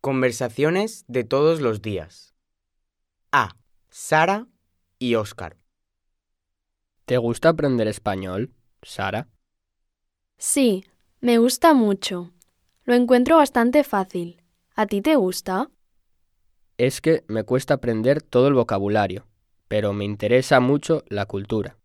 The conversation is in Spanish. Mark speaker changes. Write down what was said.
Speaker 1: Conversaciones de todos los días. A. Sara y Óscar.
Speaker 2: ¿Te gusta aprender español, Sara?
Speaker 3: Sí, me gusta mucho. Lo encuentro bastante fácil. ¿A ti te gusta?
Speaker 2: Es que me cuesta aprender todo el vocabulario, pero me interesa mucho la cultura.